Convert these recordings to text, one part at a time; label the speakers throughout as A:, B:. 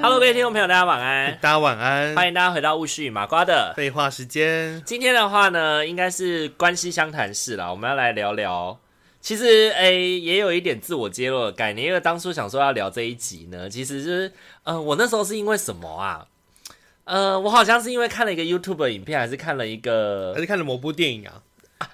A: Hello，各位听众朋友，大家晚安，
B: 大家晚安。
A: 欢迎大家回到巫师与麻瓜的。
B: 废话时间，
A: 今天的话呢，应该是关系相谈室啦，我们要来聊聊。其实，诶、也有一点自我揭露的概念，因为当初想说要聊这一集呢，其实就是，呃，我那时候是因为什么啊？呃，我好像是因为看了一个 YouTube 影片，还是看了一个
B: 还是看了某部电影啊？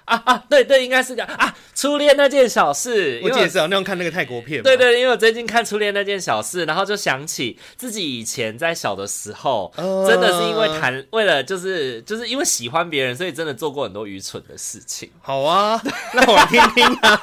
A: 啊啊，对对，应该是这样啊，初恋那件小事。
B: 我
A: 因
B: 记
A: 为
B: 得是啊有那种看那个泰国片嘛，
A: 对对，因为我最近看《初恋那件小事》，然后就想起自己以前在小的时候，
B: 呃
A: 真的是因为谈，为了就是就是因为喜欢别人，所以真的做过很多愚蠢的事情。
B: 好啊， 那我来听听啊。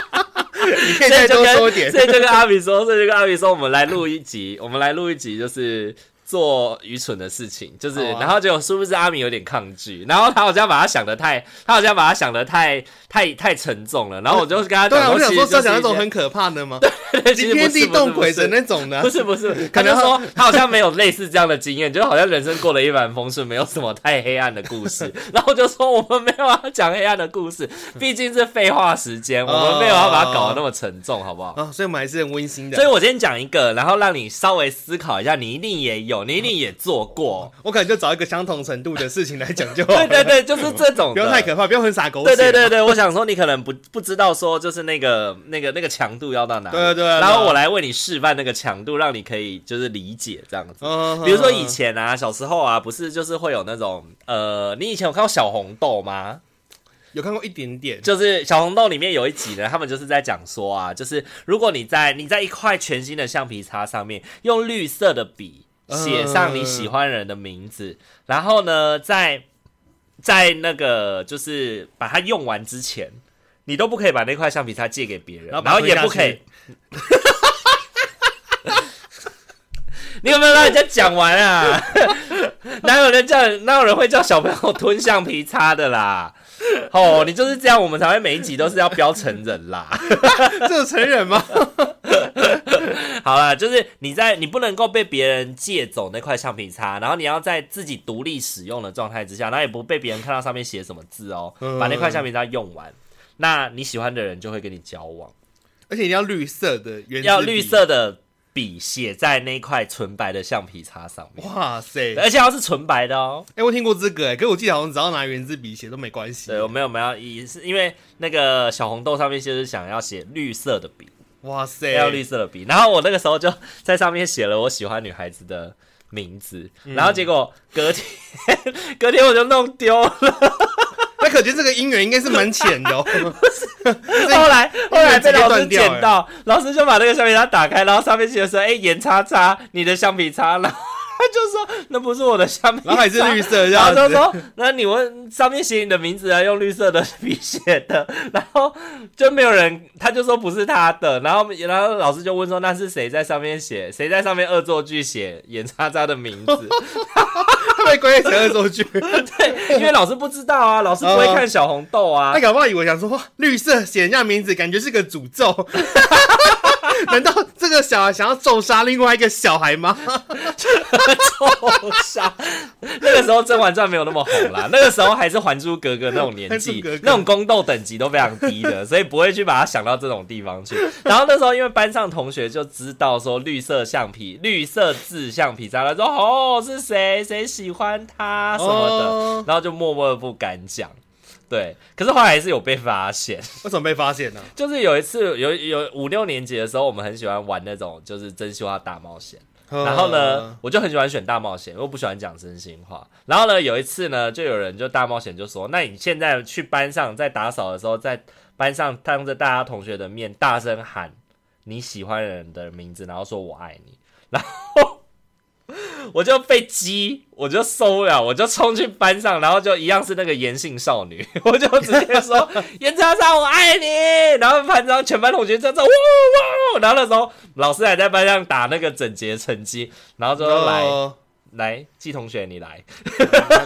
B: 你可
A: 所
B: 以再
A: 以就
B: 多
A: 跟
B: 说一点
A: 所。以就跟阿比说，所以就跟阿比说，我们来录一集，我们来录一集，就是。做愚蠢的事情，就是，
B: 好啊
A: 然后结果殊不知阿米有点抗拒，然后他好像把他想的太，他好像把他想的太太太沉重了，然后我就跟他
B: 对
A: 讲
B: 啊，
A: 说，
B: 我想
A: 其
B: 说
A: 实
B: 是要
A: 就是
B: 讲那种
A: 一些
B: 很可怕的吗？
A: 对其实
B: 惊天
A: 不是
B: 地
A: 不是
B: 动
A: 不
B: 鬼
A: 是
B: 神那种的啊
A: 不。是不 是，他
B: 可能
A: 就说他好像没有类似这样的经验， 就好像人生过得一帆风顺，没有什么太黑暗的故 事。然后我就说我们没有要讲黑暗的故事，
B: 嗯
A: 毕竟是废话时
B: 哦
A: 间，我们没有要把它搞得那么沉重，好不好？
B: 啊，所以我们还是很温馨的。
A: 所以，我今天讲一个，然后让你稍微思考一下，你一定也有， 你一定也做过。
B: 我可能就找一个相同程度的事情来讲就好了。
A: 对对对，就是这种的，
B: 哦不要太可怕，不要很傻狗
A: 对
B: 血。
A: 对对对，我想说你可能不不知道说就是那个那个那个强度要到哪里，
B: 对对对
A: 然后我来为你示范那个强度，让你可以就是理解这样子。
B: 嗯，
A: 比如说以前啊，小时候啊，不是就是会有那种呃，你以前有看过小红豆吗？
B: 有看过一 点点，
A: 就是小红豆里面有一集呢，他们就是在讲说啊，就是如果你在你在一块全新的橡皮擦上面用绿色的笔写上你喜欢人的名字，然后呢，在在那个就是把它用完之前，你都不可以把那块橡皮擦借给别人，
B: 然后把
A: 然
B: 它
A: 后也不
B: 推下去
A: 可以。 你有没有让人家讲完啊？ 哪有人叫哪有人会叫小朋友吞橡皮擦的啦？哦，你就是这样，我们才会每一集都是要标成人啦。
B: 这有成人吗？
A: 好啦，就是你在你不能够被别人借走那块橡皮擦，然后你要在自己独立使用的状态之下，然后也不被别人看到上面写什么字哦，
B: 嗯
A: 把那块橡皮擦用完。那你喜欢的人就会跟你交往，
B: 而且一定要绿色的，原子
A: 要绿
B: 笔。
A: 色的笔写在那块纯白的橡皮擦上面，
B: 哇塞！哎、
A: 而且要是纯白的哦。
B: 我听过这个哎、可是我记得好像只要拿圆珠笔写都没关系。
A: 对，我们有我们要以是因为那个小红豆上面就是想要写绿色的笔，
B: 哇塞！
A: 要绿色的笔。然后我那个时候就在上面写了我喜欢女孩子的名字，
B: 嗯
A: 然后结果隔天 隔天我就弄丢了。
B: 那可见这个姻缘应该是蛮浅的 哦。
A: 后来后来被老师
B: 直接断掉欸
A: 捡到，老师就把那个橡皮擦打开，然后上面写的说：“哎、严叉叉，你的橡皮擦。”然后他就说：“那不是我的橡皮擦。”
B: 然后还是绿色这
A: 然后
B: 样
A: 就
B: 子。
A: 说：“那你问上面写你的名字啊，用绿色的笔写的。”然后就没有人，他就说不是他的。然后，然后老师就问说：“那是谁在上面写？谁在上面恶作剧写严叉叉的名 字
B: 他被归类成恶 作剧，？”
A: 对，因为老师不知道啊，老师不会看小红豆啊
B: 他。搞不好以为想说哇绿色写人家名字，感觉是个诅 咒。难道这个小孩想要咒杀另外一个小孩吗？
A: 臭傻，那个时候《甄嬛传》没有那么红 啦，那个时候还是《还珠格格》那种年纪
B: 还珠格格，
A: 那种宫斗等级都非常低的，所以不会去把它想到这种地方去。然后那时候因为班上同学就知道说绿色橡皮、绿色字橡皮擦，他说哦是谁谁喜欢他什么的，
B: 哦
A: 然后就默默地不敢讲。对，可是后来还是有被发现。
B: 为什么被发现呢、
A: 就是有一次，有有五六年级的时候，我们很喜欢玩那种就是真心话大冒险。
B: 哦嗯
A: 然后呢，我就很喜欢选大冒险，因为我不喜欢讲真心话。然后呢，有一次呢，就有人就大冒险就说：“那你现在去班上，在打扫的时候，在班上当着大家同学的面大声喊你喜欢的人的名字，然后说我爱你。” 然后我就被激，我就受不了，我就冲去班上，然后就一样是那个严姓少女， 我就直接说：“严长长，我爱你。”然后班上全班同学就在哇哇，然后那时候老师还在班上打那个整洁成绩，然后就说来、
B: 哦
A: 来，季同学你来，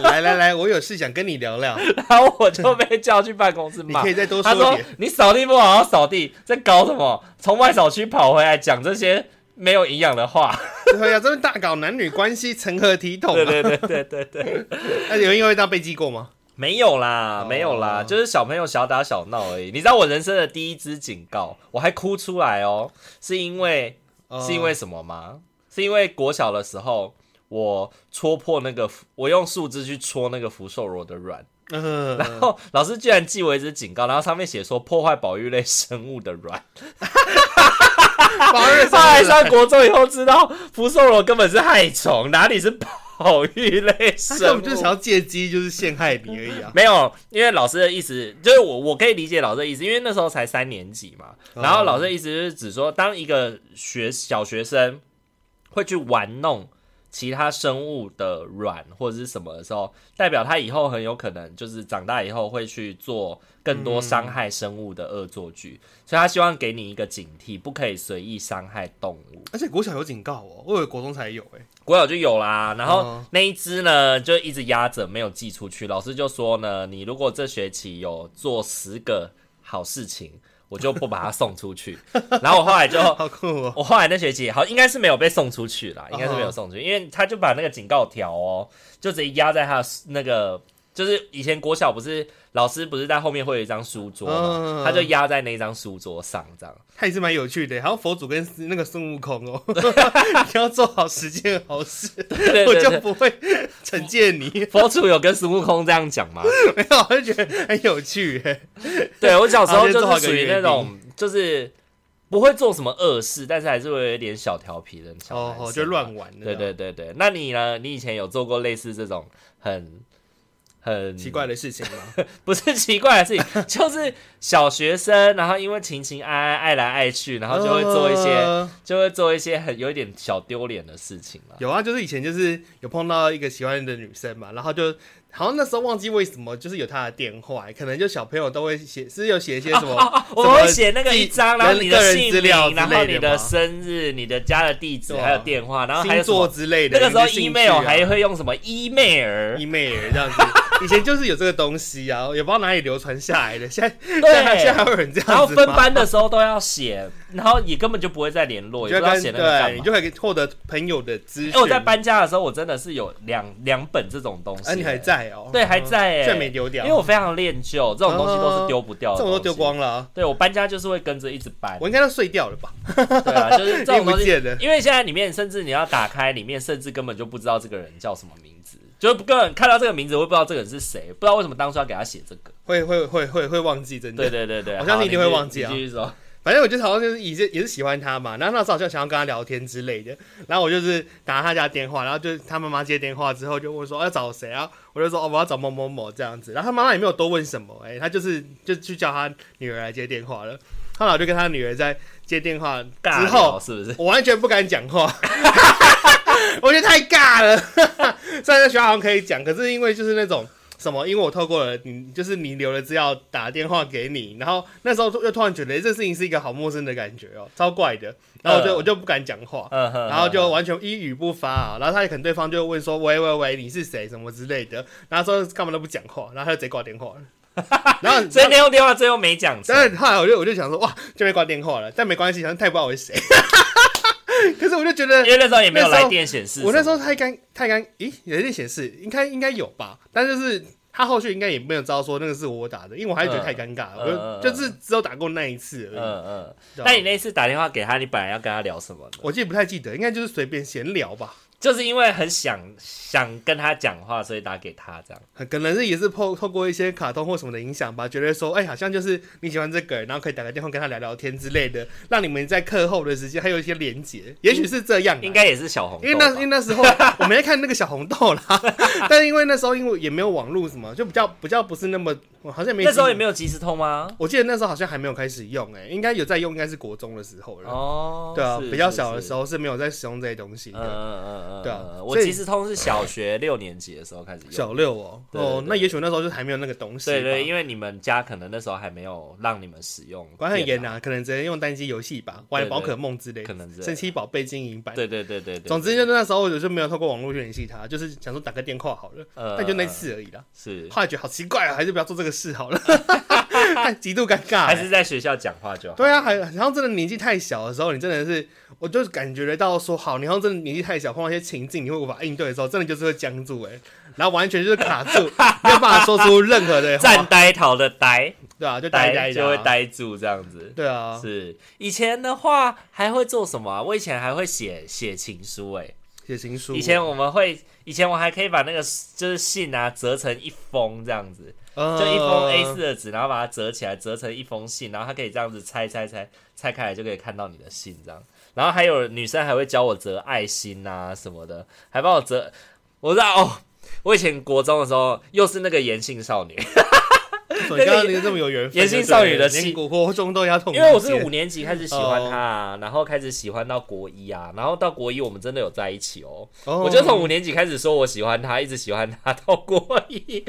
B: 来来来，我有事想跟你聊聊。
A: 然后我就被叫去办公室
B: 你
A: 骂
B: 可以。再多
A: 他
B: 说一
A: 说
B: 点。：“
A: 你扫地不好好扫地，在搞什么？从外扫区跑回来讲这些没有营养的话。
B: 对呀，这边大搞男女关系，成何体”统
A: 对
B: 啊？
A: 对对对对对，
B: 那有因为这样被记过吗？
A: 没有啦，没有啦，
B: 哦
A: 就是小朋友小打小闹而已。你知道我人生的第一支警告，我还哭出来哦，是因为
B: 哦
A: 是因为什么吗？是因为国小的时候，我戳破那个福，我用树枝去戳那个福寿螺的卵。
B: 嗯，
A: 然后老师居然记我一支警告，然后上面写说破坏保育类生物的 卵。
B: 保日
A: 后来
B: 上
A: 上国中以后知道，福寿螺根本是害虫，哪里是保育类
B: 他
A: 生
B: 根
A: 物？啊
B: 本就想要借机就是陷害你而已啊。
A: 没有，因为老师的意思就是我我可以理解老师的意思，因为那时候才三年级嘛。
B: 哦
A: 然后老师的意思就是指说，当一个学小学生会去玩弄其他生物的卵或者是什么的时候，代表他以后很有可能就是长大以后会去做更多伤
B: 嗯
A: 害生物的恶作剧，所以他希望给你一个警惕，不可以随意伤害动物。
B: 而且国小有警告哦，我以为国中才有哎、
A: 国小就有啦，然后
B: 哦
A: 那一只呢就一直压着没有寄出去，老师就说呢，你如果这学期有做十个好事情，我就不把它送出去。 然后我后来就，
B: 好酷哦！
A: 我后来那学期好应该是没有被送出去啦，应该是没有送出去，因为他就把那个警告条哦，就直接压在他的那个。就是以前国小不是老师不是在后面会有一张书桌嘛，
B: 嗯
A: 他就压在那张书桌上这 样。
B: 他也是蛮有趣的，好像佛祖跟那个孙悟空哦， 你要做好十件好事，
A: 对
B: 我
A: 对
B: 就
A: 对，
B: 不会惩戒你。
A: 佛祖有跟孙悟空这样讲吗？
B: 没有，我就觉得很有趣哎。
A: 对我小时候
B: 好啊先做
A: 就
B: 好
A: 是
B: 个
A: 属于
B: 约
A: 那
B: 定
A: 种，就是不会做什么恶事，但是还是会有一点小调皮的小
B: 哦
A: 男，
B: 哦
A: 生
B: 就
A: 嘛
B: 乱。玩的。
A: 对哎对对对，那你呢？你以前有做过类似这种很很
B: 奇，怪的事情吗？
A: 不是奇怪的事 情，就是小学生，然后因为情情爱爱爱来爱去，然后就会做一些，
B: 呃
A: 就会做一些很有一点小丢脸的事情了。
B: 有啊，就是以前就是有碰到一个喜欢的女生嘛，然后就好像那时候忘记为什么，就是有她的电话，欸可能就小朋友都会写，是有写一些什么，
A: 哦我
B: 什
A: 们
B: 么
A: 会写那个一张，然后你
B: 个
A: 的
B: 人
A: 姓
B: 资料
A: 名，
B: 之
A: 然后
B: 类
A: 你
B: 的
A: 的
B: 吗
A: 生日、你的家的地址，
B: 对啊
A: 还有电话，然后还有
B: 星
A: 什么
B: 座之类 的。
A: 那个时候
B: 你的兴趣
A: email
B: 啊
A: 还会用什么 email？
B: email 这样子，以前就是有这个东西啊，也不知道哪里流传下来的。现在现在还现在 还
A: 对，
B: 会有人这样子
A: 然
B: 吗
A: 后分班的时候都要写，然后也根本就不会再联络，
B: 你
A: 也
B: 就
A: 不知道
B: 跟
A: 写那个
B: 对，
A: 干
B: 你
A: 嘛。
B: 就可以获得朋友的资讯。
A: 哎，我在，搬家的时候，我真的是有两两本这种东西。
B: 啊，你还？在哦？
A: 对，还在
B: 嗯，
A: 哎
B: 这，没丢掉，哦
A: 因为我非常恋旧，这种东西都是丢不掉，
B: 这种都丢。光了啊，
A: 对我搬家就是会跟着一直搬
B: 我，应该都碎掉了吧？
A: 对 啊，就是这
B: 已经
A: 种
B: 不
A: 东西，
B: 见了。
A: 因为现在里面甚至你要打开里面，甚至根本就不知道这个人叫什么名字，就是根本看到这个名字，我也不知道这个人是谁，不知道为什么当初要给他写这个。
B: 会会会会会忘记，真的。
A: 对对对对，
B: 我相信
A: 好
B: 一定会
A: 继续
B: 忘记啊
A: 你继续说，
B: 反正我就好像就是也是也是喜欢他嘛，然后那时候好像想要跟他聊天之类的，然后我就是打他家电话，然后就是他妈妈接电话之后就问说啊要找谁啊，我就说哦我要找某某某这样子，然后他妈妈也没有多问什么，哎、他就是就去叫他女儿来接电话了，他老就跟他女儿在接电话
A: 尬
B: 之
A: 聊
B: 后，
A: 是不是？
B: 我完全不敢讲话， 我觉得太尬了， 虽然在学校好像可以讲，可是因为就是那种。什么？因为我透过了你，就是你留的资料打电话给你，然后那时候又突然觉得诶这事情是一个好陌生的感觉哦，超怪的。然后我就、
A: 嗯
B: 我就不敢讲话，
A: 嗯哼，
B: 然后就完全一语不发、啊。然后他可能对方就会问说：“喂喂喂，你是谁？什么之类的。”然后说干嘛都不讲话，然后他就直接挂电话 了。然后
A: 所以那通电话最后没讲成。
B: 但是后来我就我就想说，哇，就被挂电话了，但没关系，反正他也不知道我是谁。 可是我就觉得
A: 因为那时候也没有来电显示什么，
B: 我那时候太尴太尴，咦，有点显示应该应该有吧，但就是他后续应该也没有知道说那个是我打的，因为我还是觉得太尴尬了，
A: 嗯嗯
B: 我就就是只有打过那一次而已。
A: 嗯嗯，
B: 知道
A: 那
B: 吗
A: 你那次打电话给他，你本来要跟他聊什么呢？
B: 我记得不太记得，应该就是随便闲聊吧。
A: 就是因为很想想跟他讲话，所以打给他这样。
B: 可能是也是透透过一些卡通或什么的影响吧，觉得说，哎、好像就是你喜欢这个人，然后可以打个电话跟他聊聊天之类的，让你们在课后的时间还有一些连结，也许是这样啊、
A: 应该也是小红豆
B: 因为那因
A: 吧
B: 为那时候我们在看那个小红 豆啦，但是因为那时候因为也没有网络什么，就比较比较不是那么好像没
A: 那时候也没
B: 有，
A: 有即时通吗？
B: 我记得那时候好像还没有开始用、哎，应该有在用，应该是国中的时候了。
A: 哦，
B: 对啊，
A: 是
B: 比较小的时。
A: 是是
B: 候是没有在使用这些东西
A: 嗯
B: 的。
A: 嗯嗯嗯，
B: 对啊
A: 嗯
B: 所以
A: 我即时通是小学六年级的时候开始用。
B: 小六哦，
A: 对对
B: 哦，
A: 对
B: 那也许那时候就还没有那个东西吧。
A: 对对，因为你们家可能那时候还没有让你们使用，
B: 管很严
A: 呐。
B: 啊，可能只能用单机游戏吧，玩
A: 对对
B: 宝可梦之类的，
A: 可能之类的
B: 神奇宝贝经营版。
A: 对对对对对，
B: 总之就是那时候我就没有透过网络去联系他，就是想说打个电话好了，
A: 呃
B: 但就那一次而已啦。
A: 是
B: 后来觉得好奇怪啊，还是不要做这个事好了， 极度尴尬、
A: 还
B: 欸。
A: 是在学校讲话就好。
B: 对啊，还然后真的年纪太小的时候，你真的是，我就感觉得到说，好，你好像真的年纪太小，碰到一些情境，你会无法应对的时候，真的就是会僵住哎、欸然后完全就是卡 住，没有办法说出任何的
A: 站
B: 话，
A: 呆逃的呆
B: 对啊，就呆
A: 呆
B: 呆的
A: 就
B: 啊
A: 会，呆住这样子。
B: 对啊，
A: 是以前的话还会做什么啊？我以前还会写写情书哎、
B: 写情书，啊
A: 以前我们会，以前我还可以把那个就是信啊折成一封这样子，
B: 就
A: 就一封
B: 呃
A: A 四的纸，然后把它折起来，折成一封信，然后它可以这样子拆拆拆拆开来，就可以看到你的信这样。然后还有女生还会教我折爱心啊什么的，还帮我折。我知道哦，我以前国中的时候又是那个言性少女，
B: 所以刚刚你这么有缘分，
A: 言性少女的戏
B: 连国国中都要痛，
A: 因为我是五年级开始喜欢她、啊，然后开始喜欢到国一啊，然后到国一我们真的有在一起哦。
B: 哦，
A: 我就从五年级开始说我喜欢她，一直喜欢她到国一，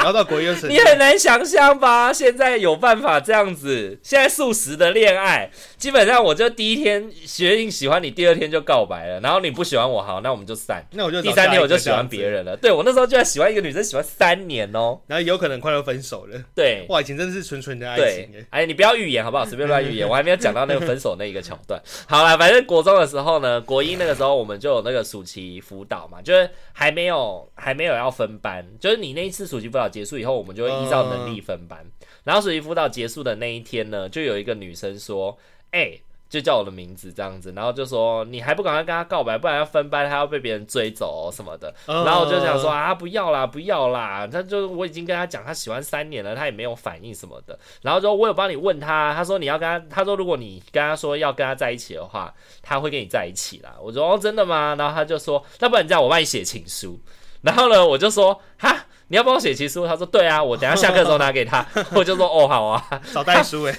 B: 聊到国一 又 是
A: 你很难想象吧？现在有办法这样子？现在素食的恋爱，基本上我就第一天决定喜欢你，第二天就告白了，然后你不喜欢我，好，那我们就散。
B: 那我就找
A: 第三天我就喜
B: 下一
A: 欢
B: 个
A: 别，人了，对我那时候居然喜欢一个女生，喜欢三年哦，
B: 然后有可能快要分手了。
A: 对。
B: 哇，以前真的是纯纯的爱情
A: 对
B: 哎，，
A: 哎，你不要预言好不好？随便乱预言，我还没有讲到那个分手那一个桥段。好啦，反正国中的时候呢，国一那个时候我们就有那个暑期辅导嘛，就是还没有还没有要分班，就是你那一次暑期辅导结束以后，我们就会依照能力分班。然后暑期辅导结束的那一天呢，就有一个女生说：“哎、就叫我的名字这样子，然后就说你还不赶快跟他告白，不然要分班，他要被别人追走、哦、什么的。
B: 嗯
A: 然后我就想说啊，不要啦，不啊要啦，他就我已经跟他讲他喜欢三年了，他也没有反应什么的。然后说我有帮你问他，他说你要跟他，他说如果你跟他说要跟他在一起的话，他会跟你在一起啦。我说哦，真的吗？然后他就说，那不然这样，我帮你写情书。然后呢，我就说哈，你要帮我写情书？他说对啊，我等一下下课的时候拿给他。我就说哦，好 啊。
B: 找代书哎，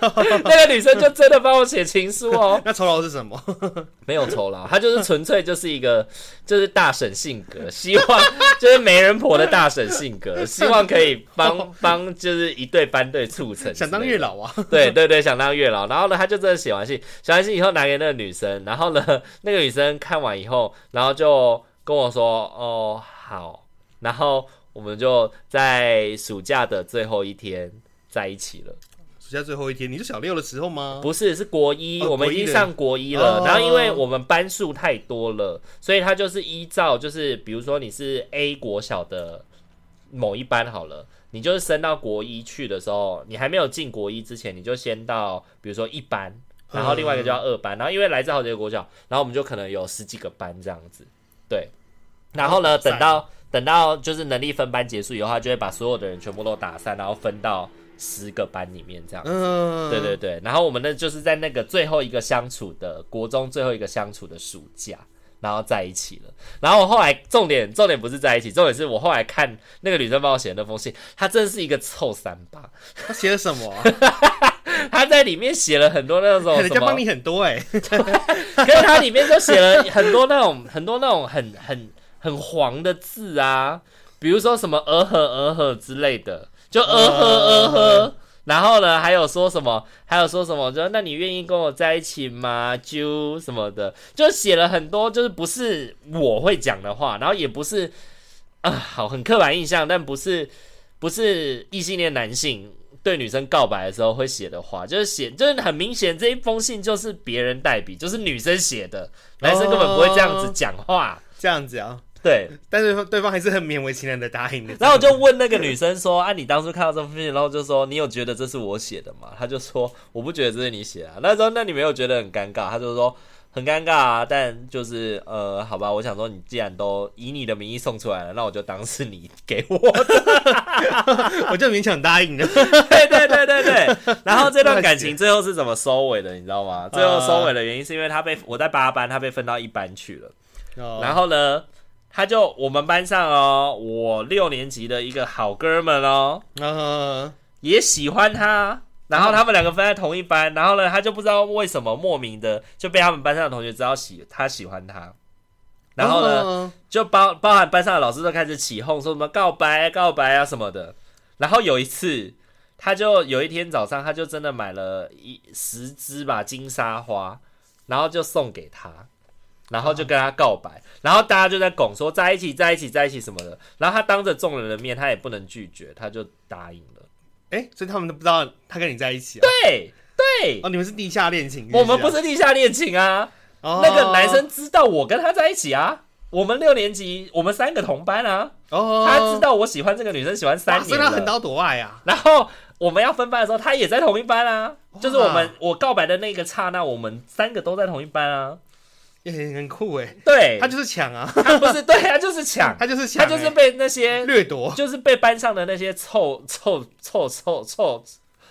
A: 那个女生就真的帮我写情书哦，
B: 那酬劳是什么？
A: 没有酬劳，她就是纯粹就是一个 就是大婶性格， 希望就是媒人婆的大婶性 格，希望可以帮帮就是一对班队促成，
B: 哦想当月。老啊？
A: 对对对，想当月老。然后呢，他就真的写完信，写完信以后拿给那个女生，然后呢， 那个女生看完以后，然后就跟我说：“哦，好。”然后我们就在暑假的最后一天在一起了。
B: 暑假最后一天，你是小六的时候吗？
A: 不是，是国一，
B: 哦
A: 我们已
B: 国一
A: 经
B: 的
A: 上国一了。然后因为
B: 哦
A: 我们班数太多了，所以他就是依照就是，比如说你是 A 国小的某一班好了，你就是升到国一去的时候，你还没有进国一之前，你就先到比如说一班，
B: 嗯
A: 然后另外一个就要二班，然后因为来自好几个国小，然后我们就可能有十几个班这样子，对。然后呢，
B: 好散
A: 等到等到就是能力分班结束以后，他就会把所有的人全部都打散，然后分到十个班里面这样。
B: 嗯，
A: 对对对，然后我们呢就是在那个最后一个相处的国中最后一个相处的暑假，然后在一起了。然后我后来重点重点不是在一起，重点是我后来看那个女生帮我写的那封信，她真是一个臭三八，
B: 他写了什 么啊？
A: 她在里面写了很多那种
B: 人
A: 哦什
B: 家
A: 么
B: 帮， 你很多哎，
A: 可是她里面就写了很多那种很多那种很很很黄的字啊，比如说什么呃呵呃呵之类的，就呃呵呃呵。然后呢，还有说什么？还有说什么？就那你愿意跟我在一起吗？啾什么的，就写了很多，就是不是我会讲的话，然后也不是啊、好很刻板印象，但不是不是异性恋男性对女生告白的时候会写的话，就是写，就是很明显这一封信就是别人代笔，就是女生写的，男生根本不会这样子讲话。
B: 这样子啊。
A: 对，
B: 但是对方还是很勉为其难的答应的。
A: 然后我就问那个女生说：“ 啊，你当初看到这封信，然后就说你有觉得这是我写的吗？”她就说：“我不觉得这是你写的啊。”那时候，那你没有觉得很尴尬？她就说：“很尴尬啊。但就是呃，好吧，我想说，你既然都以你的名义送出来了，那我就当是你 给我的。
B: 我就勉强答应 了。
A: 对对对对对。然后这段感情最后是怎么收尾的，你知道吗？最后收尾的原因是因为他被我在八班，他被分到一班去了。然
B: 然后
A: 后呢，他就我们班上哦，我六年级的一个好哥们哦，
B: 呃，
A: 也喜欢他。然后他们两个分在同一班，然后呢，他就不知道为什么莫名的就被他们班上的同学知道喜他喜欢他，然后呢，
B: 呢？
A: 就包包含班上的老师都开始起哄，说什么告白啊、告白啊什么的。然后有一次，他就有一天早上，他就真的买了一十支吧金沙花，然后就送给他，然后就跟他告白，然后大家就在拱说在一起、在一起、在一起什么的。然后他当着众人的面，他也不能拒绝，他就答应了。
B: 哎，所以他们都不知道他跟你在一起啊？
A: 对对，
B: 哦，你们是地下恋情？
A: 我们不是地下恋情啊，
B: 哦
A: 那个男生知道我跟他在一起啊，我们六年级，我们三个同班啊。
B: 哦，
A: 他知道我喜欢这个女生，喜欢三
B: 哇所
A: 年
B: 以他横
A: 了。
B: 刀夺爱啊。
A: 然后我们要分班的时候，他也在同一班啊。
B: 哇
A: 就是我们我告白的那个刹那，我们三个都在同一班啊。
B: 也很很酷哎，
A: 对，
B: 他就是抢啊，
A: 他不是对，他就是抢，
B: 他就是抢
A: 他
B: 欸，
A: 就是被那些
B: 掠夺，
A: 就是被班上的那些臭臭臭臭臭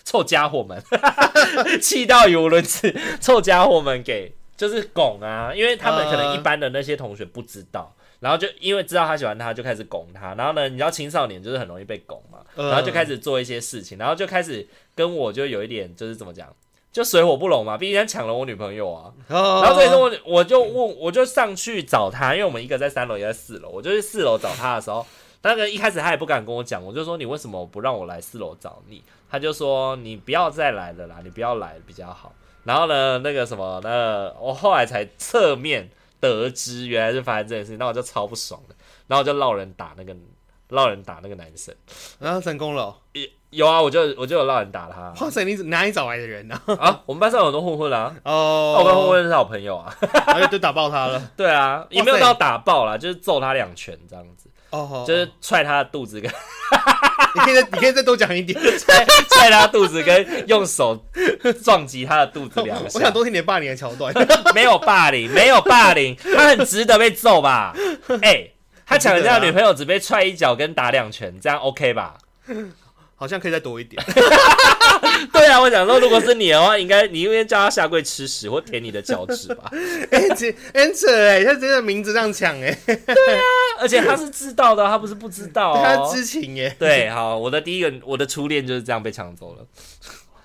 A: 臭家伙们 气到语无伦次，臭家伙们给就是拱啊，因为他们可能
B: 呃
A: 一般的那些同学不知道。然后就因为知道他喜欢他，就开始拱他。然后呢，你知道青少年就是很容易被拱嘛，
B: 呃
A: 然后就开始做一些事情，然后就开始跟我就有一点就是怎么讲，就水火不容嘛。毕竟他抢了我女朋友啊，
B: 然
A: 然后所以说我我就问，我就上去找他，因为我们一个在三楼，一个在四楼。我就去四楼找他的时候，那个一开始他也不敢跟我讲，我就说你为什么不让我来四楼找你？他就说你不要再来了啦，你不要来比较好。然后呢，那个什么，那个我后来才侧面得知原来是发生这件事情，那我就超不爽的，然后我就闹人打那个闹人打那个男生，
B: 然后成功了哦，
A: 有啊，我就我就有闹人打他
B: 哇塞，你哪里找来的 人呢？
A: 啊，我们班上有很多混混啊，
B: 哦
A: 啊我跟混混是好朋友啊。
B: 然后就打爆他 了。
A: 对啊，也没有
B: 哇塞
A: 到打爆啦，就是揍他两拳这样子，
B: 哦，
A: 就是踹他的肚子跟
B: 你可以再你可以再多讲一点，
A: 踹踹他肚子跟用手撞击他的肚子两
B: 我
A: 下。
B: 想多听点霸凌的桥段。
A: 没有霸凌，没有霸凌，他很值得被揍 吧？哎、他抢人家的女朋友只被踹一脚跟打两拳，这样 OK 吧？
B: 好像可以再多一点。
A: 对啊，我想说，如果是你的话，应该你应该叫他下跪吃屎或舔你的脚趾吧？
B: 哎、这 Enter 哎、他真的名字这样抢哎、
A: 而且他是知道的，他不是不知道
B: 他
A: 哦。
B: 知情哎、
A: 对，好，我的第一个，我的初恋就是这样被抢走了。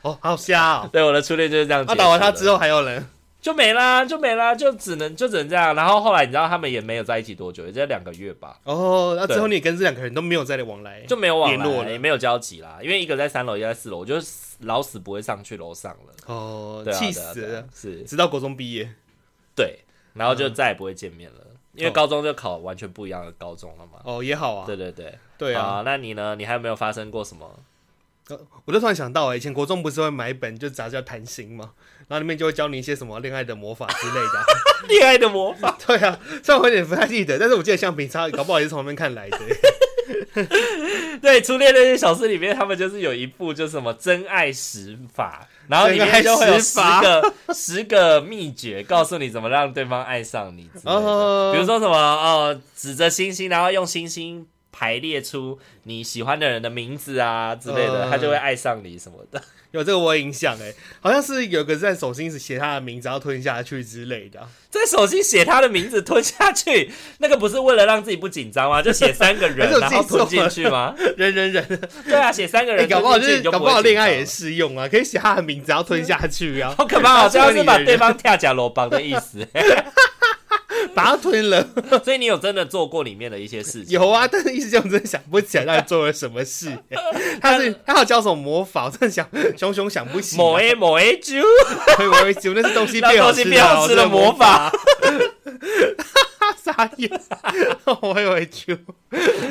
B: 哦，好瞎 哦。
A: 对，我的初恋就是这样。
B: 他、打完他
A: 之后。
B: 之后还有人，
A: 就没啦，就没啦，就只能就只能这样。然后后来你知道他们也没有在一起多久，也就两个月吧，
B: 哦，那、之后你跟这两个人都没有再往来，
A: 就没有往
B: 哎联络
A: 来，
B: 了
A: 也没有交集啦。因为一个在三楼，一个在四楼，我就老死不会上去楼上了，
B: 哦
A: 对，啊，
B: 气、
A: 对啊
B: 死
A: 对
B: 了、
A: 啊是，
B: 直到国中毕业，
A: 对，然后就再也不会见面了，因为
B: 哦
A: 高中就考完全不一样的高中了嘛。
B: 哦，也好啊，
A: 对对对，
B: 对啊，
A: 好那你呢？你还有没有发生过什么？
B: 我就突然想到、哎，以前国中不是会买一本就杂志叫《谈心》吗？然后里面就会教你一些什么恋爱的魔法之类的啊、
A: 恋爱的魔法？
B: 对啊，虽然我有点不太记得，但是我记得橡皮擦搞不好也是从那边看 来的、哎
A: 对，初恋那些小事里面，他们就是有一部就是什么真爱十法，然后里面就会有十
B: 真爱
A: 个十个秘诀，告诉你怎么让对方爱上你之类的。
B: 哦
A: 比如说什么哦，指着星星，然后用星星排列出你喜欢的人的名字啊之类的，
B: 嗯
A: 他就会爱上你什么的。
B: 有这个我有印象哎、好像是有个在手心是写他的名字，然后吞下去之类的啊、
A: 在手心写他的名字吞下去，那个不是为了让自己不紧张吗？就写三个
B: 还
A: 人
B: 是，我
A: 然
B: 自己
A: 后吞
B: 做
A: 进
B: 了
A: 去吗？
B: 人 人人，
A: 对啊，写三个
B: 哎、
A: 人
B: 搞
A: 吞
B: 不好
A: 进
B: 就
A: 去，
B: 是
A: 你就
B: 搞
A: 不
B: 不
A: 会
B: 好
A: 紧
B: 恋爱
A: 张
B: 也
A: 了
B: 适用啊，可以写他的名字，然后吞下去 啊，
A: 好可怕，好像是把
B: 打中你的人
A: 对方跳假萝卜的意思。
B: 把它吞了。
A: 所以你有真的做过里面的一些事情？
B: 有啊，但是一直就真的想不起来他做了什 么事、欸他是他要教什么魔法，我真的想熊熊想不起来。
A: 某 A 某 A 猪，
B: 我以为就那是东啊西
A: 让
B: 变
A: 东
B: 好
A: 西
B: 吃
A: 变好吃
B: 的
A: 的魔，法。
B: 我真的傻眼。 我以 为就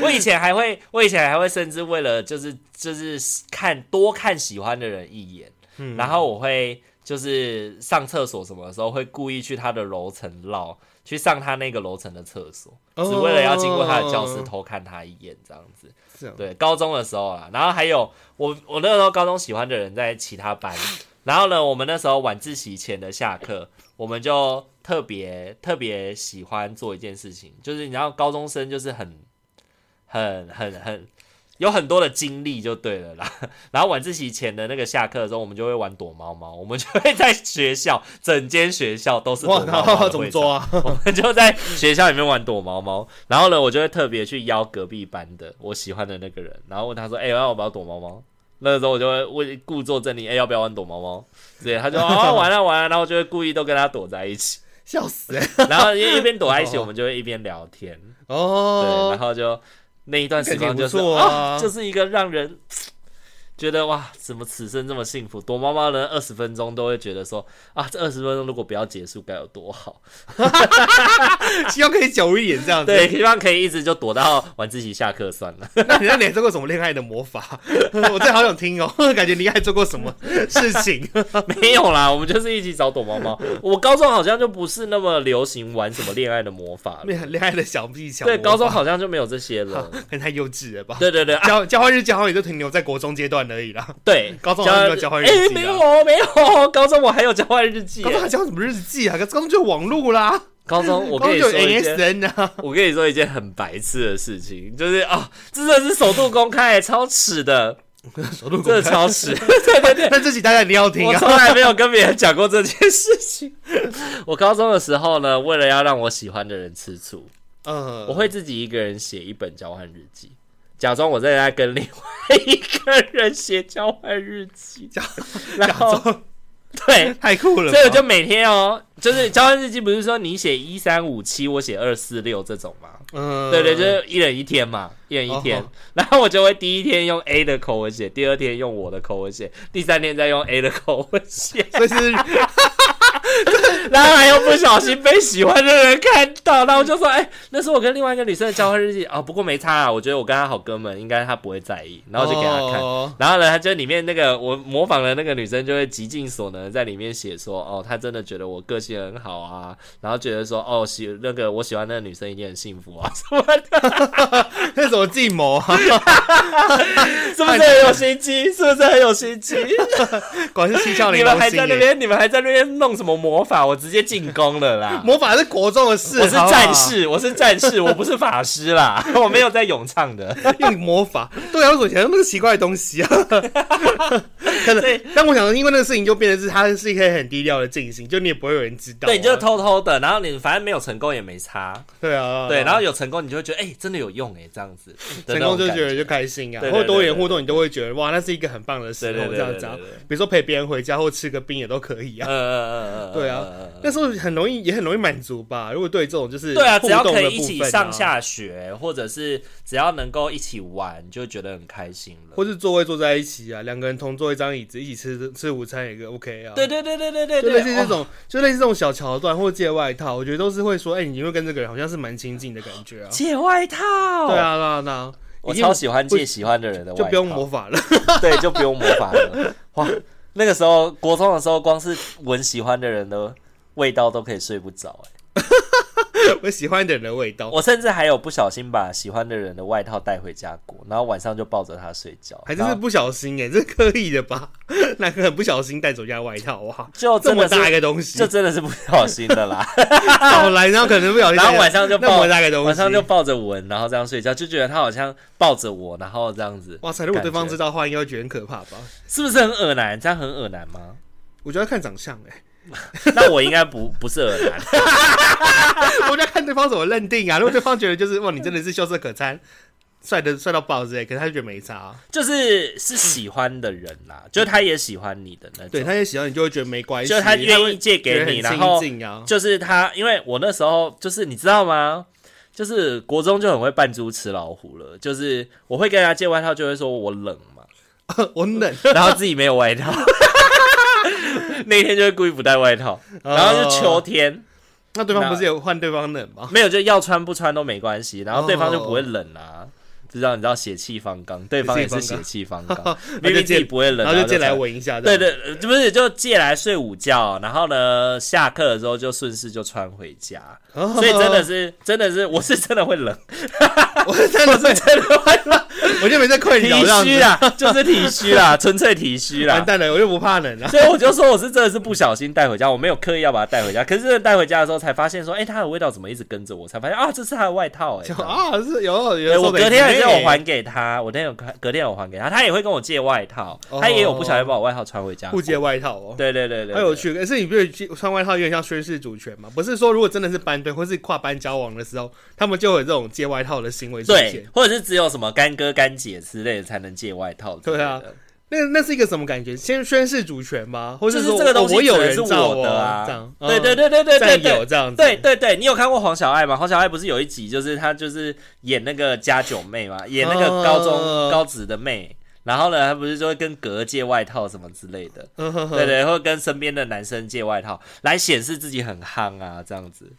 A: 我以前还会，我以前还会甚至为了就是就是看多看喜欢的人一眼，
B: 嗯
A: 然后我会就是上厕所什么的时候会故意去他的楼层绕，去上他那个楼层的厕所，
B: 哦
A: 只为了要经过他的教室偷看他一眼这样子。
B: 是哦
A: 对，高中的时候啊，然后还有我我那个时候高中喜欢的人在其他班。然后呢，我们那时候晚自习前的下课，我们就特别特别喜欢做一件事情，就是你知道高中生就是很很很很有很多的精力就对了啦。 然后晚自习前的那个下课的时候，我们就会玩躲猫猫，我们就会在学校整间学校都是躲猫
B: 哇，然
A: 猫
B: 后
A: 的
B: 怎么
A: 会场
B: 做啊？
A: 我们就在学校里面玩躲猫猫，然后呢，我就会特别去邀隔壁班的我喜欢的那个人，然后问他说：“哎、要不要躲猫猫？”那个时候我就会问故作镇定：“哎、要不要玩躲猫猫？”所以他就哦玩啊玩啊，然后我就会故意都跟他躲在一起，
B: 笑死欸！
A: 然后一一边躲在一起，
B: 哦
A: 我们就会一边聊天，对，然
B: 哦，
A: 后就那一段时光就是哦
B: 感觉不错啊
A: 就是一个让人。觉得哇，怎么此生这么幸福？躲猫猫的二十分钟都会觉得说啊，这二十分钟如果不要结束该有多好。
B: 希望可以久一点这样子。
A: 对，，希望可以一直就躲到晚自习下课算 了。
B: 那 你那你还做过什么恋爱的魔法？ 我真的好想听哦，感觉你还做过什么事情？
A: 没有啦，我们就是一起找躲猫猫。我高中好像就不是那么流行玩什么恋爱的魔法了，
B: 恋爱的小技巧？
A: 对，高中好像就没有这些了。
B: 可能太幼稚了吧？
A: 对对对，啊、
B: 交交换日记好像也就停留在国中阶段而 已啦。
A: 对，
B: 高中好像没有交换日
A: 哎
B: 记啊
A: 没有哦没有哦，高中我还有交换日记耶。
B: 高中还交换什么日记啊？高中就有网络啦，
A: 高中我
B: 高
A: 跟
B: 中
A: 你
B: 就
A: 说
B: 有
A: 一件，
B: MSN 啊。
A: 我跟你说一件很白痴的事情，就是啊，这真的是首度公开，超耻 的，
B: 手动
A: 真的超耻。对对对，
B: 但这集大家一定要听
A: 我
B: 啊！
A: 从来没有跟别人讲过这件事情。我高中的时候呢，为了要让我喜欢的人吃醋，
B: 嗯，
A: 我会自己一个人写一本交换日记，假装我在在跟另外一个人写交换日记，然后
B: 假装
A: 对，
B: 太酷了吧，
A: 所以我就每天哦，就是交换日记，不是说你写一三五七，我写二四六这种吗？
B: 嗯，
A: 对对，就是一人一天嘛，一人一天
B: 哦。
A: 然后我就会第一天用 A 的口吻写，第二天用我的口吻写，第三天再用 A 的口吻写。
B: 所以是
A: 然后还有不小心被喜欢的人看到，然后我就说：“哎、那是我跟另外一个女生的交换日记啊、哦，不过没差啊，我觉得我跟她好哥们，应该她不会在意。”然后就给她看。
B: 哦
A: 然后呢，她就里面那个我模仿的那个女生就会极尽所能地在里面写说，哦，她真的觉得我个性很好啊，然后觉得说，哦，喜那个我喜欢那个女生一定很幸福 啊，什么的，
B: 那是什么计谋啊？
A: 是不是很有心机？是不是很有心 机？
B: 果然是七窍
A: 你
B: 玲
A: 们
B: 珑
A: 还
B: 心
A: 在那
B: 耶。
A: 边，你们还在那边弄什么魔法？我直接进攻了啦！
B: 魔法是国中的事，
A: 我是
B: 好不好
A: 战，士，我是战士，我不是法师啦，我没有在咏唱的。
B: 用魔法。对啊，我所想到那个奇怪的东西 啊，真
A: 对
B: 的。但我想说，因为那个事情就变成是它是一个很低调的进行，就你也不会有人知道啊。
A: 对，你就偷偷的，然后你反正没有成功也没差，
B: 对啊，
A: 对，然后有成功你就会觉得，哎、真的有用哎、这样子，的
B: 成
A: 那种
B: 功就
A: 感
B: 觉得就开心啊，
A: 对对
B: 或者多
A: 对
B: 元
A: 对
B: 互动，你都会觉得哇，那是一个很棒的时
A: 对对
B: 候，
A: 对
B: 这样子啊
A: 对对对。
B: 比如说陪别人回家或吃个冰也都可以
A: 嗯
B: 啊。
A: 嗯嗯嗯嗯，
B: 对啊
A: 嗯，嗯嗯
B: 那时候很容易，也很容易满足吧。如果对这种就是
A: 对啊，
B: 互
A: 只要
B: 动
A: 可
B: 的
A: 以一
B: 部
A: 起
B: 分啊
A: 上，下学，或者是只要能够一起玩，就觉得很开心了。
B: 或是座位坐在一起啊，两个人同坐一张椅子，一起吃吃午餐也 OK 啊。
A: 对对对对对对
B: 就
A: 对，
B: 类似这
A: 哦
B: 种，就类似这种小桥段或借外套，我觉得都是会说，哎、你会跟这个人好像是蛮亲近的感觉啊。
A: 借外套，
B: 对，啊，对啊，对啊，
A: 哦我
B: 已经
A: 超喜欢借喜欢的人的外套，
B: 就不用魔法了。
A: 对，就不用魔法了。哇，那个时候国中的时候，光是闻喜欢的人的味道都可以睡不着、欸。
B: 我喜欢的人的味道，
A: 我甚至还有不小心把喜欢的人的外套带回家过，然后晚上就抱着他睡觉，
B: 还真
A: 然
B: 是
A: 后
B: 不小心哎、 这是刻意的吧？ 那个很不小心带走人家外套哇，
A: 就
B: 这
A: 真
B: 么
A: 的
B: 大一
A: 是。
B: 个东西
A: 就，真的是不小心的 啦，
B: 少来，然后可能不小心带走，
A: 然后晚上就
B: 那
A: 抱
B: 么大一个东西，
A: 晚上就抱着闻，然后这样睡觉，就觉得他好像抱着我，然后这样子，
B: 哇塞！如果对方
A: 感觉
B: 知道的话，应该会觉得很可怕吧？
A: 是不是很恶男？这样很恶男吗？
B: 我觉得看长相哎、
A: 那我应该不不是恶男，
B: 我就要看对方怎么认定啊。如果对方觉得就是哇，你真的是秀色可餐，帅的帅到爆之类，可是他就觉得没差、啊，
A: 就是是喜欢的人啦，就是他也喜欢你的那种。
B: 对，他也喜欢你，就会觉得没关系，
A: 就
B: 啊
A: 是他愿意借
B: 觉
A: 给
B: 得
A: 你，然
B: 很
A: 后
B: 亲近啊。
A: 就是他，因为我那时候就是你知道吗？就是国中就很会扮猪吃老虎了，就是我会跟他借外套，就会说我冷 嘛，
B: 我冷，
A: 然后自己没有外套， 那天就会故意不带外套，
B: 哦
A: 然后就秋
B: 求
A: 天
B: 那对方不是有换对方冷吗？
A: 没有就要穿不穿都没关系，然后对方就不会冷
B: 哦
A: 啊。知道你知道血气方刚，对方也是血气方 刚，明明自己不会啊冷，
B: 然后就借来
A: 穿
B: 闻一下，
A: 对
B: 这样，
A: 对，呃不是就借来睡午觉，然后呢，下课的时候就顺势就穿回家，
B: 哦
A: 所以真的是真的是我是真的会冷，
B: 我真的是
A: 真的会冷，
B: 我就没在困
A: 体
B: 扰这样
A: 虚
B: 子，
A: 啦，就是体虚 啦，纯粹体虚啦
B: 完。蛋了，我就不怕冷啊了。
A: 所以我就说我是真的是不小心带回家，我没有刻意要把它带回家。可是真的带回家的时候才发现说，哎、它的味道怎么一直跟着我？才发现啊，这是它的外套哎、
B: 就
A: 这样
B: 啊，是有有
A: 对
B: 的时
A: 我
B: 候得
A: 隔天还是
B: 欸
A: 有还给他，我那天有隔天有还给他，他也会跟我借外套，
B: 哦
A: 他也有不小心把我外套穿回家。
B: 不接外套哦，
A: 对对对对，
B: 很有趣。可是你不觉得穿外套有点像宣示主权吗？不是说如果真的是班队或是跨班交往的时候，他们就有这种借外套的行为出
A: 对，
B: 现。
A: 或者是只有什么干哥干姐之类的才能借外套之类的。
B: 对啊那那是一个什么感觉？先宣示主权吗？或
A: 就是
B: 说
A: 这个东西
B: 我有
A: 只能
B: 人
A: 是
B: 照
A: 我的啊
B: 这样，嗯哦
A: 对对对对对对
B: 战
A: 对
B: 友。这样子，
A: 对对对，你有看过黄小爱吗？黄小爱不是有一集，就是她就是演那个家九妹嘛，演那个高中、
B: 哦
A: 高职的妹，然后呢，她不是就会跟格借外套什么之类的，
B: 嗯哼哼
A: 对对，会跟身边的男生借外套来显示自己很夯啊，这样子。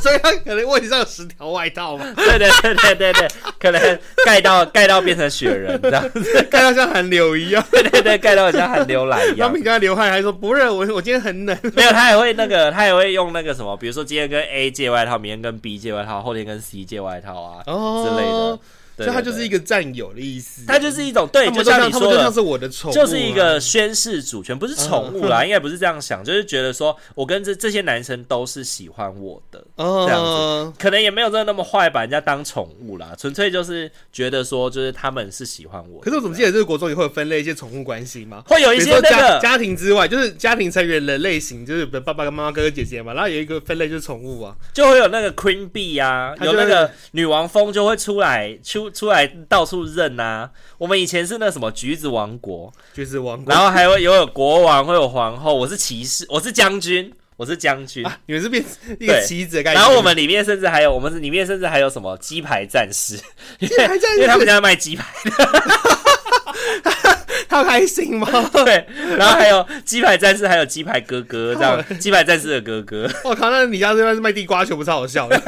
B: 所以他可能问题上有十条外套嘛，
A: 对对对对对对，可能盖到盖到变成雪人这样子，
B: 看到像寒流一样。
A: 对对啊对，盖到像寒流来一
B: 然
A: 样
B: 后。你跟他流汗，还说不热，我我今天很冷。
A: 没有，他也会那个，他也会用那个什么，比如说今天跟 A 借外套，明天跟 B 借外套，后天跟 C 借外套啊、
B: 哦
A: 之类的。对
B: 所以他就是一
A: 个，
B: 个战友的意思，
A: 他就是一种对，
B: 他
A: 就
B: 们都像
A: 像你
B: 他们
A: 说
B: 就像
A: 的，
B: 是我的宠物啊，嗯
A: 就是一个宣誓主权，不是宠物啦，应该不是这样想，就是觉得说我跟这这些男生都是喜欢我的。
B: 这
A: 样子可能也没有真的那么坏，把人家当宠物啦，纯粹就是觉得说，就是他们是喜欢我的。
B: 可是我怎么记
A: 得
B: 得这个国中也会有分类一些宠物关系吗？
A: 会有
B: 比
A: 一
B: 如
A: 些
B: 说
A: 那
B: 家
A: 个
B: 家庭之外，就是家庭成员的类型，就是比如爸爸跟妈妈、哥哥姐姐嘛。然后有一个分类就是宠物啊，
A: 就会有那个 Queen Bee 啊，
B: 它
A: 有
B: 就会
A: 那个女王蜂就会出来出出来到处认啊。我们以前是那什么橘子王国，
B: 就是王国。
A: 然后还会有有国王，会有皇后。我是骑士，我是将军，我是将军。
B: 啊，你们是变一个棋子的概念。
A: 然后我们里面甚至还有，我们里面甚至还有什么鸡排战士，因为
B: 排战士
A: 因为他们家卖 鸡排，
B: 他开心吗？
A: 对，然后还有鸡排战士，还有鸡排哥哥这样，鸡排战士的哥 哥
B: 我靠，那你家这边是卖地瓜球，不是好笑的？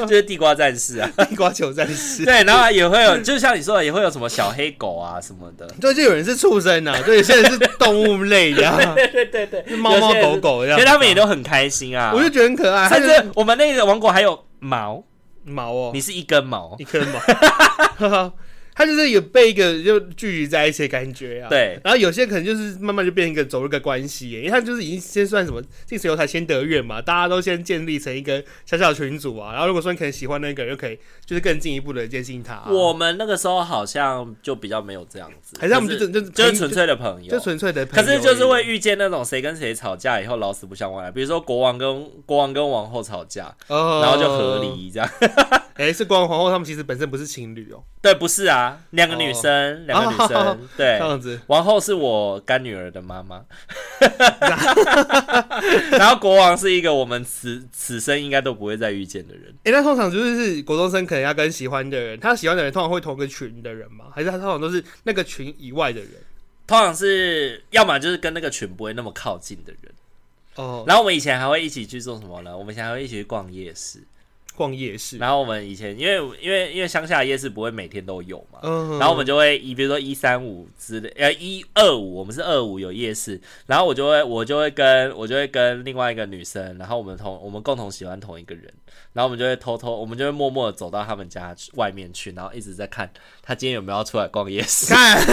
A: 就是地瓜战士 啊，
B: 地瓜球战士。
A: 对，然后也会有，就像你说的，也会有什么小黑狗啊什么的，
B: 对，就有人是畜生呐、啊，对，有些人是动物类的、啊，
A: 对对对，
B: 是猫猫狗狗
A: 因
B: 这样
A: 为。他们也都很开心啊。
B: 我就觉得很可爱，它
A: 甚
B: 就是
A: 至我们那个王国还有毛，
B: 毛哦，
A: 你是一根毛，
B: 一颗毛， 它就是有被一个就聚集在一起的感觉啊。
A: 对
B: 然后有些可能就是慢慢就变成一个走入一个关系耶，因为它就是已经先算什么近水楼台先得月嘛，大家都先建立成一个小小群组啊。然后如果说你可能喜欢那个人，就可以就是更进一步的接近他、啊
A: 我们那个时候好像就比较没有这样子，
B: 还是他们就是就就
A: 就是纯粹的朋友，
B: 就纯粹的朋
A: 可
B: 友，
A: 是就是会。遇见那种谁跟谁吵架以后老死不相往来，比如说国王跟国王跟王后吵架，
B: 哦
A: 然后就和。离这样。
B: 哎、是国王皇后他们其实本身不是情侣哦、
A: 对，不是啊，两个女生，两个女
B: 哦
A: 生，对
B: 这，样子
A: 王后是我干女儿的妈妈， 然后国王是一个我们此此生应该都不会再遇见的人。
B: 哎、那通常就是国中生可能要跟喜欢的人，他喜欢的人通常会同个群的人嘛，还是他通常都是那个群以外的人？
A: 通常是要么就是跟那个群不会那么靠近的人。
B: 哦，
A: 然后我们以前还会一起去做什么呢？我们以前还会一起去逛夜市。
B: 逛夜市，
A: 然后我们以前因为因为因为乡下夜市不会每天都有嘛，
B: 嗯
A: 然后我们就会一比如说一三五之类，呃一二五，我们是二五有夜市，然后我就会我就会跟我就会跟另外一个女生，然后我们同我们共同喜欢同一个人，然后我们就会偷偷我们就会默默的走到他们家去外面去，然后一直在看他今天有没有要出来逛夜 市。
B: 看，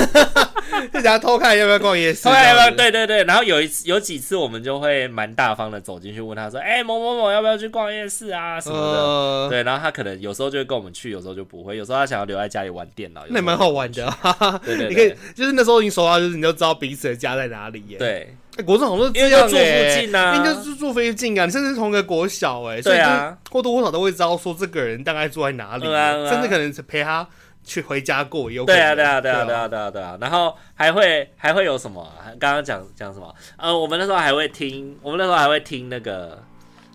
B: 就想要偷看要不要逛夜市，
A: 对
B: 这样子，
A: 对对对，然后有一次有几次我们就会蛮大方的走进去问他说，哎、某某某要不要去逛夜市啊什么的。
B: 呃，
A: 对，然后他可能有时候就会跟我们去，有时候就不会。有时候他想要留在家里玩电脑，有
B: 那也
A: 时候
B: 蛮好玩的、啊，
A: 对对
B: 你可以
A: 对
B: 就是那时候你手到，就是你就知道彼此的家在哪里耶。
A: 对
B: 哎，国中好像都是
A: 因为
B: 这样
A: 就住
B: 耶
A: 附近啊
B: 因为就是住附近啊，你甚至是同个国小哎，所以
A: 对啊
B: 就是或多或少都会知道说这个人大概住在哪里，
A: 嗯啊嗯啊
B: 甚至可能是陪他去回家过也有可能。
A: 对啊，对啊，对啊，对啊，对啊，对啊。然后还会还会有什么啊？刚刚讲讲什么？呃，我们那时候还会听，我们那时候还会听那个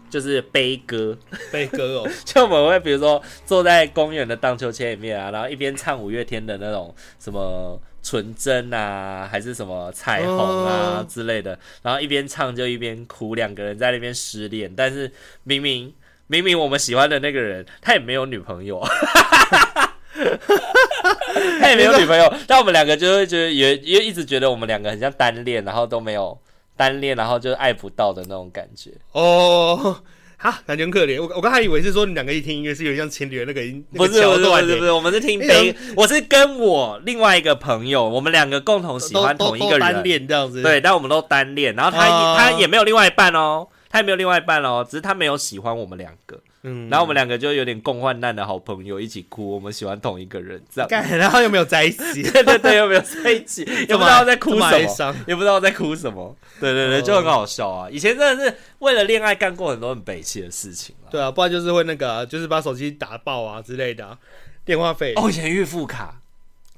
A: 就是悲歌，
B: 被割哦，
A: 就我们会比如说坐在公园的荡秋千里面啊，然后一边唱五月天的那种什么。纯真啊，还是什么彩虹啊
B: 嗯
A: 之类的，然后一边唱就一边哭，两个人在那边失恋，但是明明明明我们喜欢的那个人他也没有女朋友， 他也没有女朋友，但我们两个就会觉得也也一直觉得我们两个很像单恋，然后都没有单恋，然后就爱不到的那种感觉。
B: 哦，哈，感觉很可怜。我我刚才以为是说你们两个一起听音乐是有点像情侣的那个音，
A: 不
B: 那个
A: 是不
B: 桥
A: 是不
B: 段
A: 是不
B: 欸
A: 是，我们是听
B: 那
A: 悲，我是跟我另外一个朋友，我们两个共同喜欢
B: 都
A: 同
B: 都
A: 一个
B: 都单
A: 人，
B: 恋这样子。
A: 对，但我们都单恋，然后他、
B: 哦
A: 他也没有另外一半哦，他也没有另外一半哦，只是他没有喜欢我们两个，
B: 嗯，
A: 然后我们两个就有点共患难的好朋友，一起哭，我们喜欢同一个人，这样，
B: 干，然后又没有在一起，
A: 对对对，又没有在一起，也
B: 这
A: 不
B: 么
A: 知道在哭
B: 这么
A: 什
B: 哀
A: 么。
B: 伤。
A: 也不知道在哭什么，对对对，
B: 哦
A: 就很好笑啊！以前真的是为了恋爱干过很多很北气的事情啊。
B: 对啊，不然就是会那个啊，就是把手机打爆啊之类的啊、电话费。
A: 哦，以前预付卡，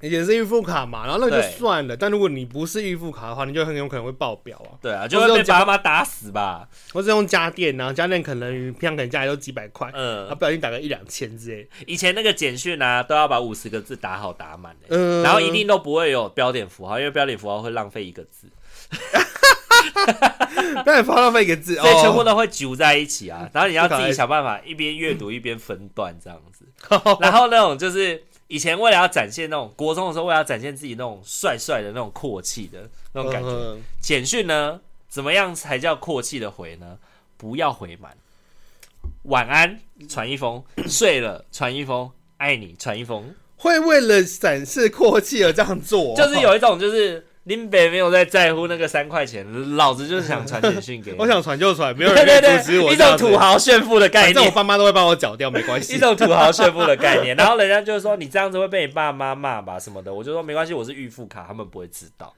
B: 以前是预付卡嘛，然后那个就
A: 对
B: 算了。但如果你不是预付卡的话，你就很有可能会爆表啊。
A: 对啊，就
B: 我
A: 会
B: 只有
A: 被
B: 讲
A: 爸妈打死吧？
B: 或是用家电啊，家电可能平常可能家里都几百块，
A: 嗯
B: 啊，不小心打个一两千之类的。
A: 以前那个简讯啊，都要把五十个字打好打满、欸
B: 嗯
A: 然后一定都不会有标点符号，因为标点符号会浪费一个字，
B: 那你发浪费一个字，哦
A: 所以全部
B: 都
A: 都会揪在一起啊。然后你要自
B: 不可
A: 己
B: 能
A: 想办法一边阅读一边分段这样子。然后那种就是以前为了要展现那种国中的时候，为了要展现自己那种帅帅的那种阔气的那种
B: 嗯
A: 感觉，简讯呢，怎么样才叫阔气的回呢？不要回满，晚安传一封，睡了传一封，爱你传一封。
B: 会为了展示阔气而这样 做、啊
A: 就是，有一种就是林北没有在在乎那个三块钱，老子就是想传简讯给你。
B: 我想传就传，没有
A: 对
B: 人可
A: 对
B: 以阻止
A: 对，
B: 我
A: 一
B: 这
A: 种
B: 样子。
A: 土豪炫富的概
B: 反正我
A: 念，
B: 爸妈都会帮我缴掉，没关
A: 一
B: 系。
A: 种土豪炫富的概念。 然后人家就说你这样子会被你爸妈骂吧什么的，我就说没关系，我是预付卡，他们不会知道。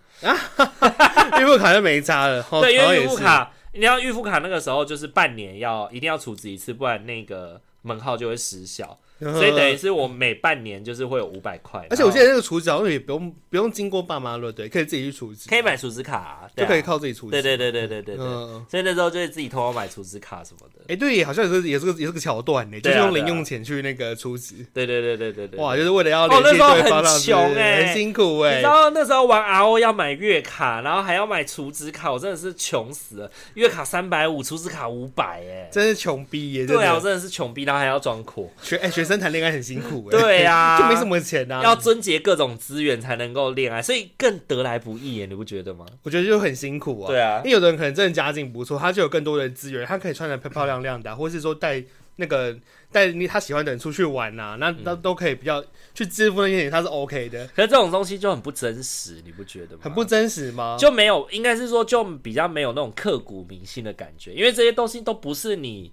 B: 预付卡就没差了，哦
A: 对，因
B: 好像
A: 为
B: 也
A: 预付
B: 是
A: 卡，你要预付卡那个时候就是半年要一定要储值一次，不然那个门号就会失效。所以等于是我每半年就是会有五百块，
B: 嗯而且我
A: 然
B: 记
A: 后
B: 得那个储值好像也不用不用经过爸妈了，对，可以自己去储值，
A: 可以买储值卡、啊，对啊
B: 就可以。靠自己储值。
A: 对对对对对对对，
B: 嗯
A: 所以那时候就是自己偷偷买储值卡什么的。
B: 哎，对，好像也是也是个也是个桥段呢，就
A: 对啊
B: 是用
A: 对啊
B: 零用钱去那个储值，
A: 对对对对对对，
B: 哇，
A: 对
B: 就是为了要
A: 哦
B: 联系
A: 那时候
B: 对方，
A: 很
B: 这样
A: 穷
B: 子
A: 欸
B: 很辛苦
A: 你
B: 哎
A: 知。道那时候玩 RO 要买月卡，然后还要买储值卡，我真的是穷死了。月卡三百五，储值卡五百，哎，
B: 真是穷逼耶！真
A: 对啊，我
B: 的
A: 真的是穷逼，然后还要装阔，
B: 学哎、学生谈恋爱很辛苦哎，
A: 对啊
B: 就没什么钱 啊。
A: 要遵节各种资源才能够恋爱，所以更得来不易耶，你不觉得吗？
B: 我觉得就很辛苦啊。
A: 对啊
B: 因为有的人可能真的家境不错，他就有更多的资源，他可以穿的漂漂亮亮的啊、或是说带那个带你他喜欢的人出去玩呐、那
A: 嗯
B: 那都可以比较去支付那些钱，他是 OK 的，
A: 可是这种东西就很不真实，你不觉得吗？
B: 很不真实吗？
A: 就没有，应该是说就比较没有那种刻骨铭心的感觉，因为这些东西都不是你，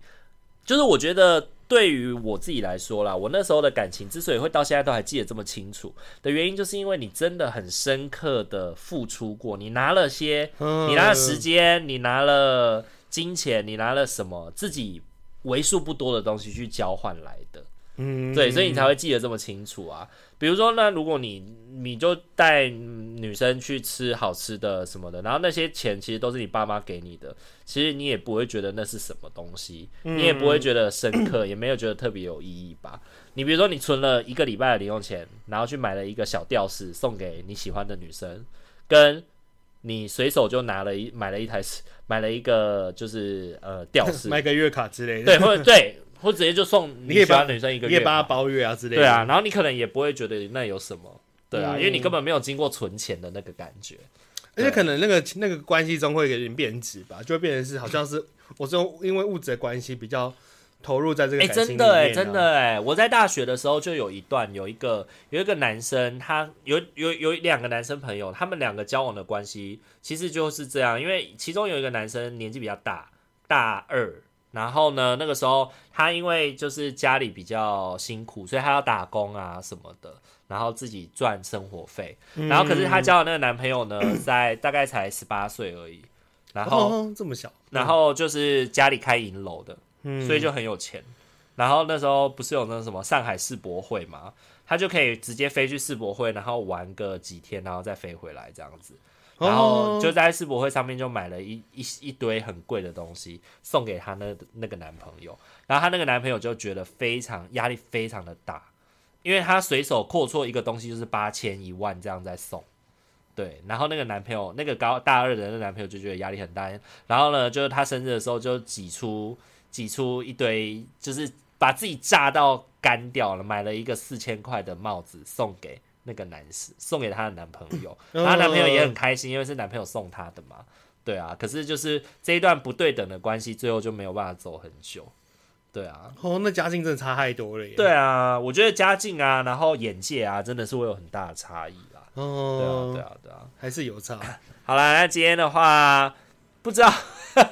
A: 就是我觉得对于我自己来说啦，我那时候的感情之所以会到现在都还记得这么清楚的原因，就是因为你真的很深刻的付出过，你拿了些，
B: 嗯
A: 你拿了时间，你拿了金钱，你拿了什么自己为数不多的东西去交换来的。
B: 嗯
A: 对，所以你才会记得这么清楚啊。比如说，那如果你你就带女生去吃好吃的什么的，然后那些钱其实都是你爸妈给你的，其实你也不会觉得那是什么东西，
B: 嗯
A: 你也不会觉得深刻，也没有觉得特别有意义吧。你比如说，你存了一个礼拜的零用钱，然后去买了一个小吊饰送给你喜欢的女生，跟你随手就拿了一买了一台 买了一个就是呃吊饰，
B: 买个月卡之类的，
A: 对，或者对，或者直接就送你
B: 你也
A: 喜欢
B: 帮
A: 的女生一个
B: 你
A: 月
B: 也帮他
A: 嘛。
B: 包月啊之类的。
A: 对啊，，然后你可能也不会觉得那有什么，对啊，
B: 嗯
A: 因为你根本没有经过存钱的那个感觉。
B: 而且
A: 啊
B: 可能那个那个关系中会有点变质吧，就会变成是好像是我是用因为物质的关系比较投入在这个
A: 哎、
B: 感情里
A: 真
B: 面、啊
A: 的哎、真的哎、我在大学的时候就有一段，有一个有一个男生，他有有有两个男生朋友，他们两个交往的关系其实就是这样，因为其中有一个男生年纪比较大，大二。然后呢，那个时候他因为就是家里比较辛苦，所以他要打工啊什么的，然后自己赚生活费。
B: 嗯
A: 然后可是她交的那个男朋友呢，在大概才十八岁而已，然后、
B: 哦这么小，
A: 然后就是家里开银楼的，
B: 嗯
A: 所以就很有钱。然后那时候不是有那个什么上海世博会嘛，他就可以直接飞去世博会，然后玩个几天，然后再飞回来这样子。然
B: 哦
A: 后就在世博会上面就买了一一一堆很贵的东西送给她那那个男朋友，然后她那个男朋友就觉得非常压力非常的大，因为她随手阔绰一个东西就是八千一万这样在送，对，然后那个男朋友那个高大二的那个男朋友就觉得压力很大，然后呢，就是她生日的时候就挤出挤出一堆，就是把自己炸到干掉了，买了一个四千块的帽子送给那个男士，送给她的男朋友。然后她男朋友也很开心，因为是男朋友送她的嘛。对啊，可是就是这一段不对等的关系，最后就没有办法走很久。对啊，
B: 哦，那家境真的差太多了耶。
A: 对啊，我觉得家境啊，然后眼界啊，真的是会有很大的差异啦。对啊，
B: 哦，
A: 对啊，对啊。
B: 还是有差。
A: 好啦，那今天的话，不知道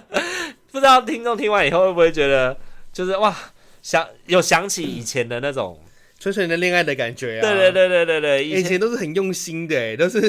A: 不知道听众听完以后会不会觉得，就是哇，想有想起以前的那种，
B: 纯纯的恋爱的感觉啊，
A: 对对对对对对，
B: 欸，
A: 以
B: 以
A: 前，
B: 前都是很用心的，哎，都是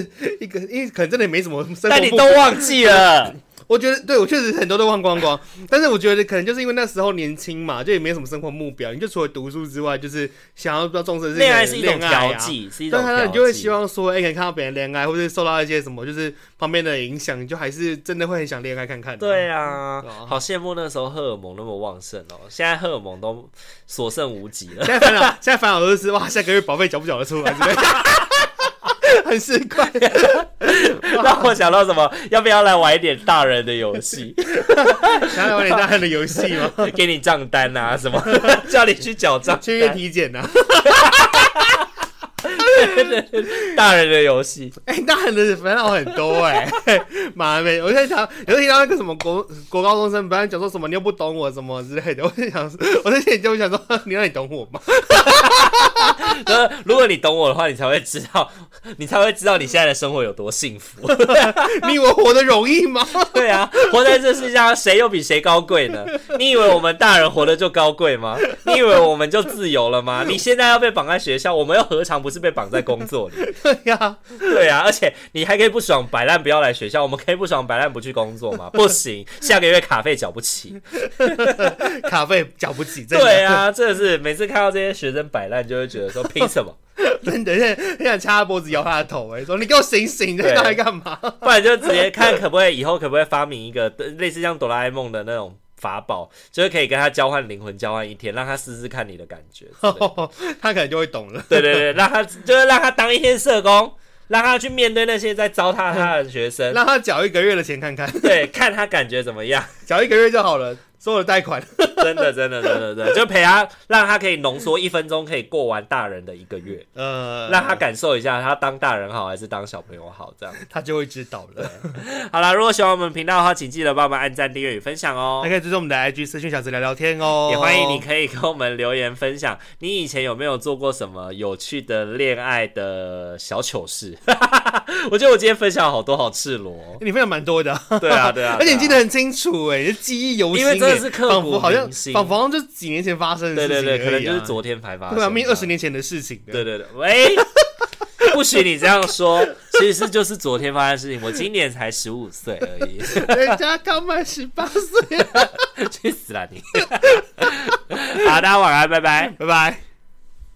B: 一个，因为可能真的也没什么生活。
A: 但你都，忘记了，
B: 我觉得对我确实很多都忘光光，但是我觉得可能就是因为那时候年轻嘛，就也没什么生活目标，你就除了读书之外，就是想要比较重视的
A: 恋爱
B: 是
A: 是一
B: 恋
A: 种
B: 爱
A: 调
B: 啊。
A: 剂，是一种
B: 但
A: 调
B: 他
A: 剂，
B: 你就会希望说，哎、可能看到别人恋爱，或者受到一些什么，就是旁边的影响，你就还是真的会很想恋爱看看的。
A: 对啊
B: 对啊，
A: 好羡慕那时候荷尔蒙那么旺盛哦，现在荷尔蒙都所剩无几了。
B: 现在烦恼， 现在烦恼都是哇，下个月保费缴不缴得 出来之类的，很市侩。
A: 让我想到什么？要不要来玩一点大人的游 戏？
B: 想要玩点大人的游戏吗？
A: 给你账单啊，什么 叫你去缴账
B: 去月
A: 单？
B: 体检呐、啊？
A: 大人的游戏，
B: 哎、大人的烦恼很多哎、 妈咪，我在想，有时候听到那个什么国国高中生，不要讲说什么你又不懂我什么之类的，我在想，我在心里就想说，你让你懂我吗？
A: 就是 如果你懂我的话，你才会知道，你才会知道你现在的生活有多幸福。
B: 你以为我活得容易吗？
A: 对啊，活在这世界上，谁又比谁高贵呢？你以为我们大人活得就高贵吗？你以为我们就自由了吗？你现在要被绑在学校，我们又何尝不是被绑在工作里？
B: 对呀、
A: 对啊，而且你还可以不爽摆烂，不要来学校。我们可以不爽摆烂不去工 作吗？不行，下个月卡费缴不起。
B: 卡费缴不起，真的，
A: 对啊，真的是每次看到这些学生摆烂，就会觉得说凭什么？
B: 真的，很想掐他脖子，摇他的头、哎，说你给我醒醒，你在那里干嘛？
A: 不然就直接看可不可以以后可不可以发明一个呃类似像哆啦 A 梦的那种法宝，就是可以跟他交换灵魂，交换一天，让他试试看你的感觉。之类的
B: 他可能就会懂了。
A: 对对对，让他就是让他当一天社工，让他去面对那些在糟蹋他的学生，
B: 让他缴一个月的钱看看，
A: 对，看他感觉怎么样。
B: 缴一个月就好了，所有的贷款。
A: 真的，真的，真的，真的，就陪他，让他可以浓缩一分钟，可以过完大人的一个月，
B: 呃，
A: 让他感受一下他当大人好还是当小朋友好，这样。
B: 他就会知道了。
A: 好啦，如果喜欢我们频道的话，请记得帮忙按赞、订阅与分享哦
B: 还。可以追踪我们的 IG 私讯小子聊聊天哦，
A: 也欢迎你可以跟我们留言分享，你以前有没有做过什么有趣的恋爱的小糗事？ 我觉得我今天分享好多，好赤裸哦。
B: 欸你分享蛮多的，
A: 对 啊，对啊，
B: 而且你记得
A: 对啊。
B: 很清楚哎、你记忆犹新、
A: 因
B: 欸
A: 为真的是刻骨
B: 仿佛好像
A: 铭心
B: 仿佛好像就几年前发生的
A: 对
B: 事情、
A: 对对，
B: 而已啊
A: 可能就是昨天才发生
B: 对
A: 的。
B: 啊，明二十年前的事情啊的。
A: 对对对，喂，不许你这样说。 其实就是昨天发生的事情，我今年才十五岁而已，
B: 人家刚满十八岁，
A: 去死啦你！好，大家晚安，拜拜。
B: 拜拜。